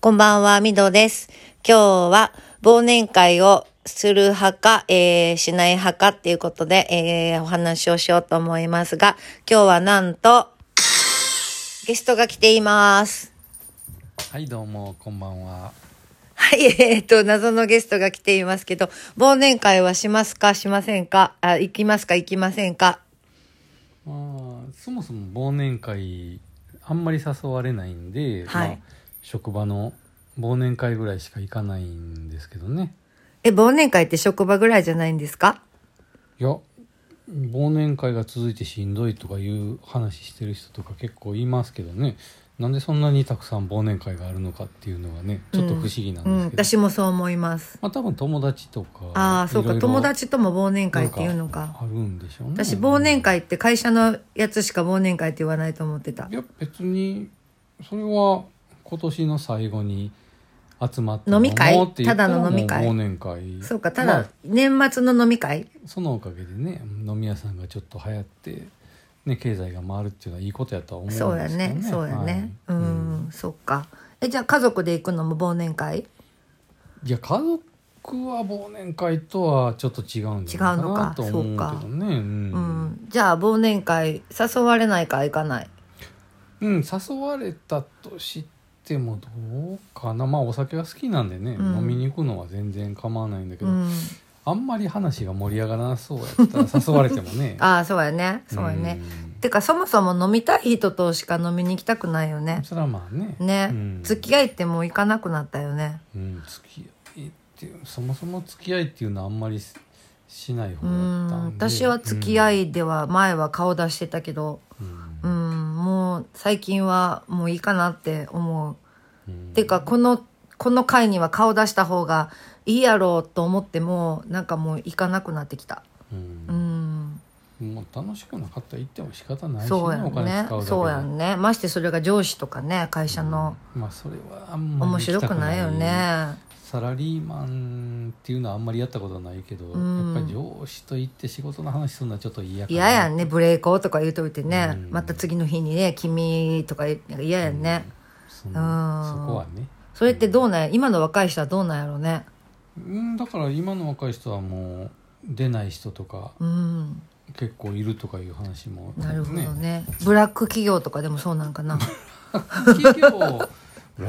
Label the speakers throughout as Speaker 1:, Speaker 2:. Speaker 1: こんばんは、みどです。今日は忘年会をする派か、えーしない派かっていうことで、えーお話をしようと思いますが、今日はなんと、ゲストが来ています。
Speaker 2: はいどうもこんばんは
Speaker 1: はい、えー、と、謎のゲストが来ていますけど、忘年会はしますか、しませんか、あ、行きますか、行きませんか。
Speaker 2: まあそもそも忘年会あんまり誘われないんで、
Speaker 1: はい
Speaker 2: まあ職場の忘年会ぐらいしか行かないんですけどね
Speaker 1: え、忘年会って職場ぐらいじゃないんですか
Speaker 2: いや忘年会が続いてしんどいとかいう話してる人とか結構いますけどねなんでそんなにたくさん忘年会があるのかっていうのがねちょっと不思議なんですけ
Speaker 1: う
Speaker 2: ど、
Speaker 1: ん、私もそう思います。
Speaker 2: まあ多分友達とか
Speaker 1: ああ、そう
Speaker 2: い
Speaker 1: か、
Speaker 2: ろいろ
Speaker 1: 友達とも忘年会っていうの
Speaker 2: なん
Speaker 1: か。
Speaker 2: あるんでしょうね
Speaker 1: 私忘年会って会社のやつしか忘年会って言わないと思ってた
Speaker 2: いや別にそれは今年の最後に集まって
Speaker 1: 飲み会
Speaker 2: 飲もうって言ったら
Speaker 1: ただの飲み会
Speaker 2: もう忘年会
Speaker 1: そうかた
Speaker 2: ま
Speaker 1: だ
Speaker 2: あ
Speaker 1: 年末の飲み会
Speaker 2: そのおかげでね飲み屋さんがちょっと流行って、ね、経済が回るっていうのはいいことやとは思うんですけ
Speaker 1: そ
Speaker 2: ど
Speaker 1: う
Speaker 2: ね
Speaker 1: やねそうやねう
Speaker 2: はい
Speaker 1: んそっかえじゃあ家族で行くのも忘年会
Speaker 2: いや家族は忘年会とはちょっと違うんじゃない
Speaker 1: 違うの
Speaker 2: か
Speaker 1: か
Speaker 2: なと思うけどねう
Speaker 1: うんん、じゃあ忘年会誘われないか行かない
Speaker 2: うん誘われたとしてもどうかなまあお酒が好きなんでね、
Speaker 1: うん
Speaker 2: 飲みに行くのは全然構わないんだけ
Speaker 1: う
Speaker 2: ど、
Speaker 1: ん
Speaker 2: あんまり話が盛り上がらなそうやったら誘われてもね
Speaker 1: ああそうやねそうやねてかそもそも飲みたい人としか飲みに行きたくないよ
Speaker 2: うん
Speaker 1: ね
Speaker 2: それはまあね
Speaker 1: ね、
Speaker 2: うん
Speaker 1: 付き合いってもう行かなくなったよね
Speaker 2: うん付き合いっていうそもそも付き合いっていうのはあんまりししない方だった
Speaker 1: うん
Speaker 2: んで
Speaker 1: 私は付き合、いでは前は顔出してたけど、
Speaker 2: うん
Speaker 1: うん、もう最近はもういいかなって思う。
Speaker 2: うん
Speaker 1: てか、この、この回には顔出した方がいいやろうと思っても、なんかもう行かなくなってきた。
Speaker 2: うん
Speaker 1: うん。
Speaker 2: もう楽しくなかったら行っても仕方ないしね、
Speaker 1: そうや
Speaker 2: お
Speaker 1: ん
Speaker 2: 金
Speaker 1: ね
Speaker 2: 使うだけ。で
Speaker 1: そうやんね。ましてそれが上司とかね、会社の。
Speaker 2: まあそれはあんまり
Speaker 1: 面白くないよ
Speaker 2: 行きたくない
Speaker 1: ね。
Speaker 2: サラリーマンっていうのはあんまりやったことないけど、
Speaker 1: うん
Speaker 2: やっぱり上司と行って仕事の話するのはちょっと嫌かな
Speaker 1: 嫌やんね、ブレイクをとか言うといてね
Speaker 2: う。ん
Speaker 1: また次の日にね、君とか言うなんか嫌やんね。
Speaker 2: その
Speaker 1: うん
Speaker 2: そこはね
Speaker 1: それってどうなんや今の若い人はどうなんやろうね。
Speaker 2: うんだから今の若い人はもう出ない人とか
Speaker 1: うん。
Speaker 2: 結構いるとかいう話も、
Speaker 1: なるほどね。ブラック企業とかでもそうなんかな。
Speaker 2: 企業ブラッ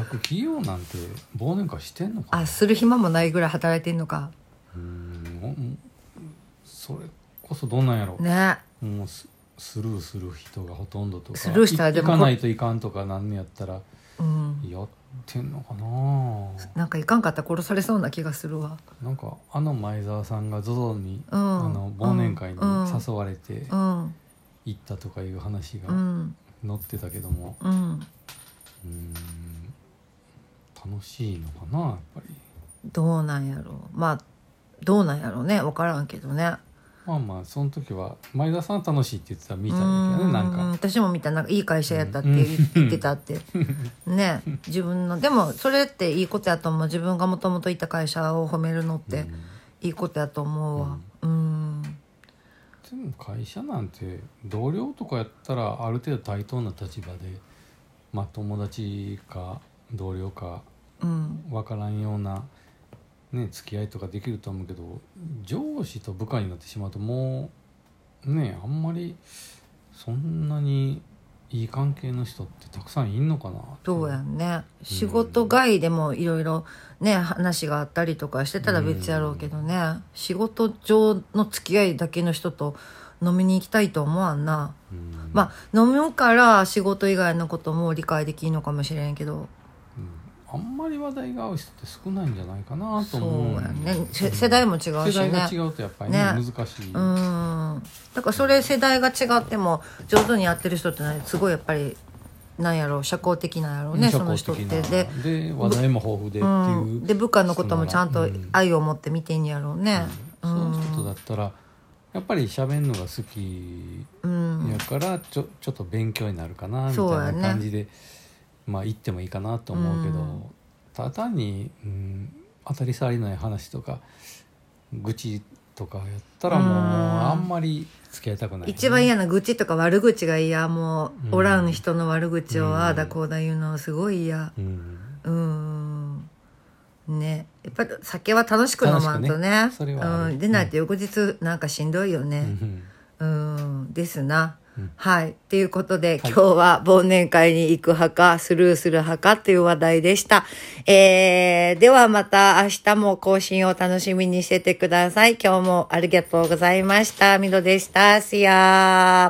Speaker 2: ク企業なんて忘年会してんのかな
Speaker 1: あする暇もないぐらい働いてんのか
Speaker 2: うんもうもうそれこそどうなんやろ、
Speaker 1: ね
Speaker 2: もうススルーする人がほとんどとか
Speaker 1: スルーしたらで
Speaker 2: 行
Speaker 1: も
Speaker 2: かないといかんとかなんねやったら
Speaker 1: うん
Speaker 2: やってんのかな
Speaker 1: なんかいかんかったら殺されそうな気がするわ
Speaker 2: なんかあの前澤さんが ZOZO に、
Speaker 1: うん
Speaker 2: あの忘年会に誘われて
Speaker 1: うん
Speaker 2: 行ったとかいう話
Speaker 1: う
Speaker 2: が
Speaker 1: ん
Speaker 2: 載ってたけども、
Speaker 1: うん
Speaker 2: うーん楽しいのかなやっぱり
Speaker 1: どうなんやろうまあどうなんやろうね分からんけどね
Speaker 2: まあまあその時は前田さんは楽しいって言ってたみたいだけど
Speaker 1: うん
Speaker 2: ねなんか
Speaker 1: 私も見たなんかいい会社やったって
Speaker 2: うん
Speaker 1: 言ってたってね自分のでもそれっていいことやと思う自分がもともといた会社を褒めるのって
Speaker 2: うん
Speaker 1: いいことやと思うわうん
Speaker 2: でも会社なんて同僚とかやったらある程度対等な立場でまあ友達か同僚か
Speaker 1: うん
Speaker 2: 分からんような、ね、付き合いとかできると思うけど上司と部下になってしまうともうねあんまりそんなにいい関係の人ってたくさんいんのかなって
Speaker 1: そうやんね仕事外でもいろいろね話があったりとかしてたら別やろうけどね、仕事上の付き合いだけの人と飲みに行きたいと思わんな、
Speaker 2: うん
Speaker 1: まあ飲むから仕事以外のことも理解できんのかもしれんけど
Speaker 2: うんあんまり話題が合う人って少ないんじゃないかなと
Speaker 1: そ
Speaker 2: 思う
Speaker 1: うやんねせ世代も違う
Speaker 2: 世
Speaker 1: し
Speaker 2: 代が
Speaker 1: ね
Speaker 2: 違うとやっぱりね
Speaker 1: ね
Speaker 2: 難しい、
Speaker 1: うんだからそれ世代が違っても上手にやってる人ってねすごいやっぱりなんやろう社交的なんやろうね
Speaker 2: 社
Speaker 1: その
Speaker 2: 交
Speaker 1: 人っ
Speaker 2: 的
Speaker 1: て
Speaker 2: な
Speaker 1: で
Speaker 2: で話題も豊富で
Speaker 1: う
Speaker 2: ってい
Speaker 1: ん、
Speaker 2: う
Speaker 1: で部下のこともちゃん
Speaker 2: う
Speaker 1: と
Speaker 2: ん
Speaker 1: 愛を持って見てんやろうねう
Speaker 2: そ
Speaker 1: ん
Speaker 2: の人とだったらやっぱり喋るのが好き
Speaker 1: うん
Speaker 2: やからちょちょっと勉強になるかなみた
Speaker 1: そうや
Speaker 2: い
Speaker 1: ね
Speaker 2: な感じで、まあ行ってもいいかなと思うけど、
Speaker 1: うん
Speaker 2: ただ単に、うん、当たり障りのない話とか愚痴とかやったらもう、
Speaker 1: うん
Speaker 2: あんまり付き合いたくない、
Speaker 1: 一番嫌な愚痴とか悪口が嫌もう、
Speaker 2: うん
Speaker 1: おらん人の悪口
Speaker 2: う
Speaker 1: を
Speaker 2: ん
Speaker 1: ああだこうだ言うのすごい嫌
Speaker 2: うん
Speaker 1: うんねやっぱり酒は楽しく飲まんとね
Speaker 2: 楽しくねそれはあ
Speaker 1: う
Speaker 2: る
Speaker 1: ん、でないと翌日なんかしんどいよね、
Speaker 2: うん
Speaker 1: うんですな。
Speaker 2: うん
Speaker 1: はい。ということで、
Speaker 2: はい
Speaker 1: 今日は忘年会に行く派か、スルーする派かという話題でした。えー、ではまた明日も更新を楽しみにしててください。今日もありがとうございました。みどでした。See ya!